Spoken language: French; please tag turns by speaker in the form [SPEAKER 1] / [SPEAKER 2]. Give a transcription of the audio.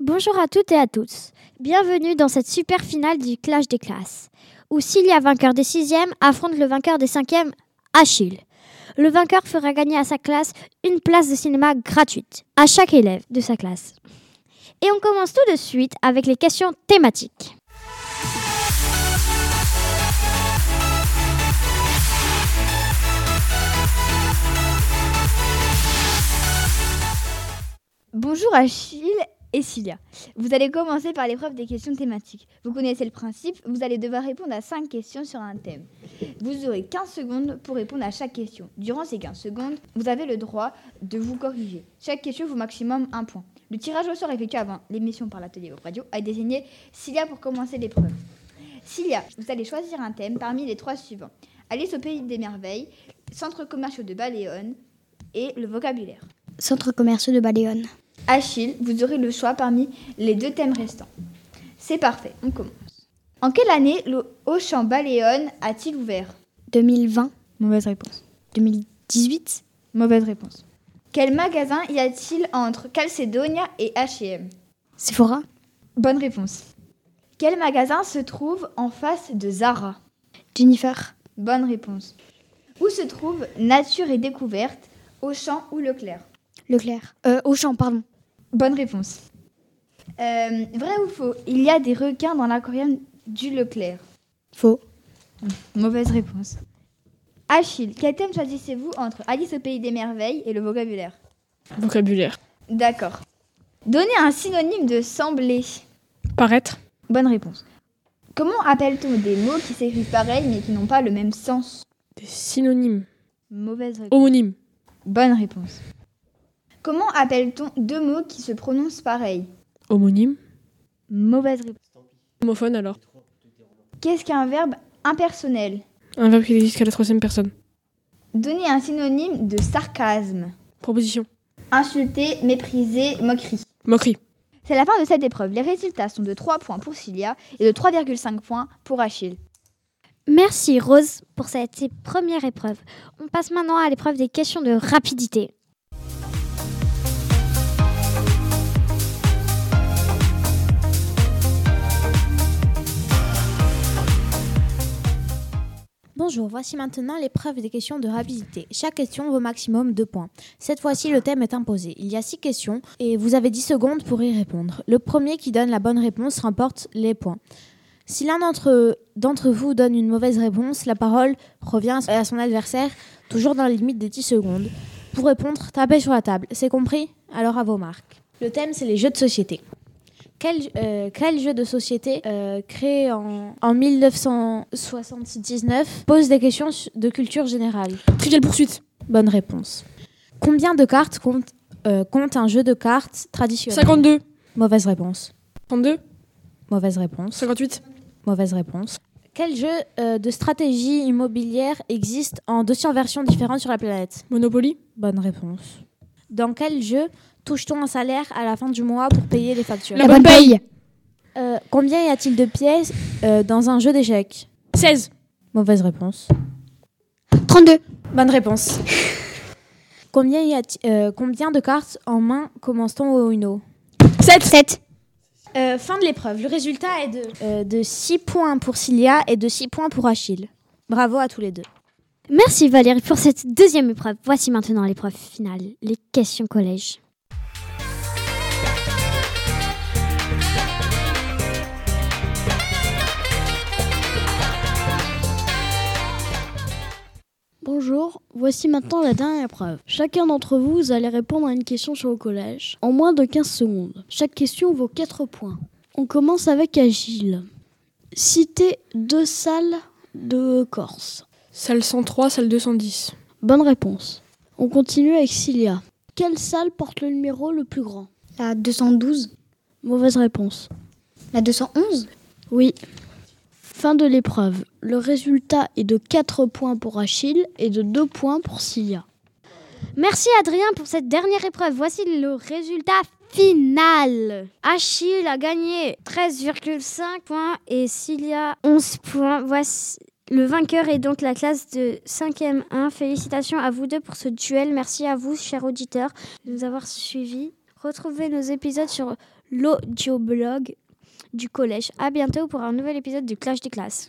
[SPEAKER 1] Bonjour à toutes et à tous. Bienvenue dans cette super finale du Clash des classes, où s'il y a vainqueur des sixièmes, affronte le vainqueur des cinquièmes, Achille. Le vainqueur fera gagner à sa classe une place de cinéma gratuite à chaque élève de sa classe. Et on commence tout de suite avec les questions thématiques.
[SPEAKER 2] Bonjour Achille et Cilia. Vous allez commencer par l'épreuve des questions thématiques. Vous connaissez le principe, vous allez devoir répondre à 5 questions sur un thème. Vous aurez 15 secondes pour répondre à chaque question. Durant ces 15 secondes, vous avez le droit de vous corriger. Chaque question vaut maximum un point. Le tirage au sort effectué avant l'émission par l'atelier Web radio a désigné Cilia pour commencer l'épreuve. Cilia, vous allez choisir un thème parmi les trois suivants. Alice au pays des merveilles, centres commerciaux de Baléone et le vocabulaire.
[SPEAKER 3] Centre commerciaux de Baléone.
[SPEAKER 2] Achille, vous aurez le choix parmi les deux thèmes restants. C'est parfait, on commence. En quelle année le Auchan Baléone a-t-il ouvert
[SPEAKER 3] 2020.
[SPEAKER 2] Mauvaise réponse.
[SPEAKER 3] 2018.
[SPEAKER 2] Mauvaise réponse. Quel magasin y a-t-il entre Calcedonia et H&M
[SPEAKER 3] Sephora.
[SPEAKER 2] Bonne réponse. Quel magasin se trouve en face de Zara
[SPEAKER 3] Jennifer.
[SPEAKER 2] Bonne réponse. Où se trouve Nature et Découverte, Auchan ou Leclerc
[SPEAKER 3] Leclerc. Euh, Auchan, pardon.
[SPEAKER 2] Bonne réponse. Euh, vrai ou faux Il y a des requins dans l'aquarium du Leclerc.
[SPEAKER 3] Faux.
[SPEAKER 2] Mauvaise réponse. Achille, quel thème choisissez-vous entre Alice au pays des merveilles et le vocabulaire
[SPEAKER 4] Vocabulaire.
[SPEAKER 2] D'accord. Donnez un synonyme de sembler.
[SPEAKER 4] Paraître.
[SPEAKER 2] Bonne réponse. Comment appelle-t-on des mots qui s'écrivent pareil mais qui n'ont pas le même sens
[SPEAKER 4] Des synonymes.
[SPEAKER 2] Mauvaise réponse.
[SPEAKER 4] Homonyme.
[SPEAKER 2] Bonne réponse. Comment appelle-t-on deux mots qui se prononcent pareil
[SPEAKER 4] Homonyme.
[SPEAKER 2] Mauvaise réponse.
[SPEAKER 4] Homophone alors.
[SPEAKER 2] Qu'est-ce qu'un verbe impersonnel
[SPEAKER 4] Un verbe qui n'existe qu'à la troisième personne.
[SPEAKER 2] Donnez un synonyme de sarcasme.
[SPEAKER 4] Proposition.
[SPEAKER 2] Insulter, mépriser, moquerie.
[SPEAKER 4] Moquerie.
[SPEAKER 2] C'est la fin de cette épreuve. Les résultats sont de 3 points pour Cilia et de 3,5 points pour Achille.
[SPEAKER 1] Merci Rose pour cette première épreuve. On passe maintenant à l'épreuve des questions de rapidité.
[SPEAKER 5] Bonjour, voici maintenant l'épreuve des questions de rapidité. Chaque question vaut maximum 2 points. Cette fois-ci, le thème est imposé. Il y a 6 questions et vous avez 10 secondes pour y répondre. Le premier qui donne la bonne réponse remporte les points. Si l'un d'entre d'entre vous donne une mauvaise réponse, la parole revient à son adversaire, toujours dans la limite des 10 secondes. Pour répondre, tapez sur la table. C'est compris Alors à vos marques. Le thème, c'est les jeux de société. Quel, euh, quel jeu de société euh, créé en, en 1979 pose des questions su- de culture générale
[SPEAKER 4] Trivial poursuite.
[SPEAKER 5] Bonne réponse. Combien de cartes compte, euh, compte un jeu de cartes traditionnel
[SPEAKER 4] 52.
[SPEAKER 5] Mauvaise réponse.
[SPEAKER 4] 32.
[SPEAKER 5] Mauvaise réponse.
[SPEAKER 4] 58.
[SPEAKER 5] Mauvaise réponse. Quel jeu euh, de stratégie immobilière existe en 200 versions différentes sur la planète
[SPEAKER 4] Monopoly.
[SPEAKER 5] Bonne réponse. Dans quel jeu touche-t-on un salaire à la fin du mois pour payer les factures
[SPEAKER 4] La bonne paye.
[SPEAKER 5] Euh, Combien y a-t-il de pièces euh, dans un jeu d'échecs
[SPEAKER 4] 16.
[SPEAKER 5] Mauvaise réponse.
[SPEAKER 3] 32.
[SPEAKER 5] Bonne réponse. combien, y a-t- euh, combien de cartes en main commence-t-on au Uno
[SPEAKER 4] 7.
[SPEAKER 3] 7.
[SPEAKER 5] Euh, fin de l'épreuve. Le résultat est de, euh, de 6 points pour Cilia et de 6 points pour Achille. Bravo à tous les deux.
[SPEAKER 1] Merci Valérie pour cette deuxième épreuve. Voici maintenant l'épreuve finale, les questions collège.
[SPEAKER 6] Bonjour, voici maintenant la dernière épreuve. Chacun d'entre vous, vous allez répondre à une question sur le collège en moins de 15 secondes. Chaque question vaut 4 points. On commence avec Agile. Citez deux salles de Corse.
[SPEAKER 4] Salle 103, salle 210.
[SPEAKER 6] Bonne réponse. On continue avec Cilia. Quelle salle porte le numéro le plus grand
[SPEAKER 3] La 212.
[SPEAKER 6] Mauvaise réponse.
[SPEAKER 3] La 211.
[SPEAKER 6] Oui. Fin de l'épreuve. Le résultat est de 4 points pour Achille et de 2 points pour Cilia.
[SPEAKER 1] Merci Adrien pour cette dernière épreuve. Voici le résultat final. Achille a gagné 13,5 points et Cilia 11 points. Voici le vainqueur est donc la classe de 5e 1. Félicitations à vous deux pour ce duel. Merci à vous, chers auditeurs, de nous avoir suivis. Retrouvez nos épisodes sur l'audioblog du collège. À bientôt pour un nouvel épisode du Clash des classes.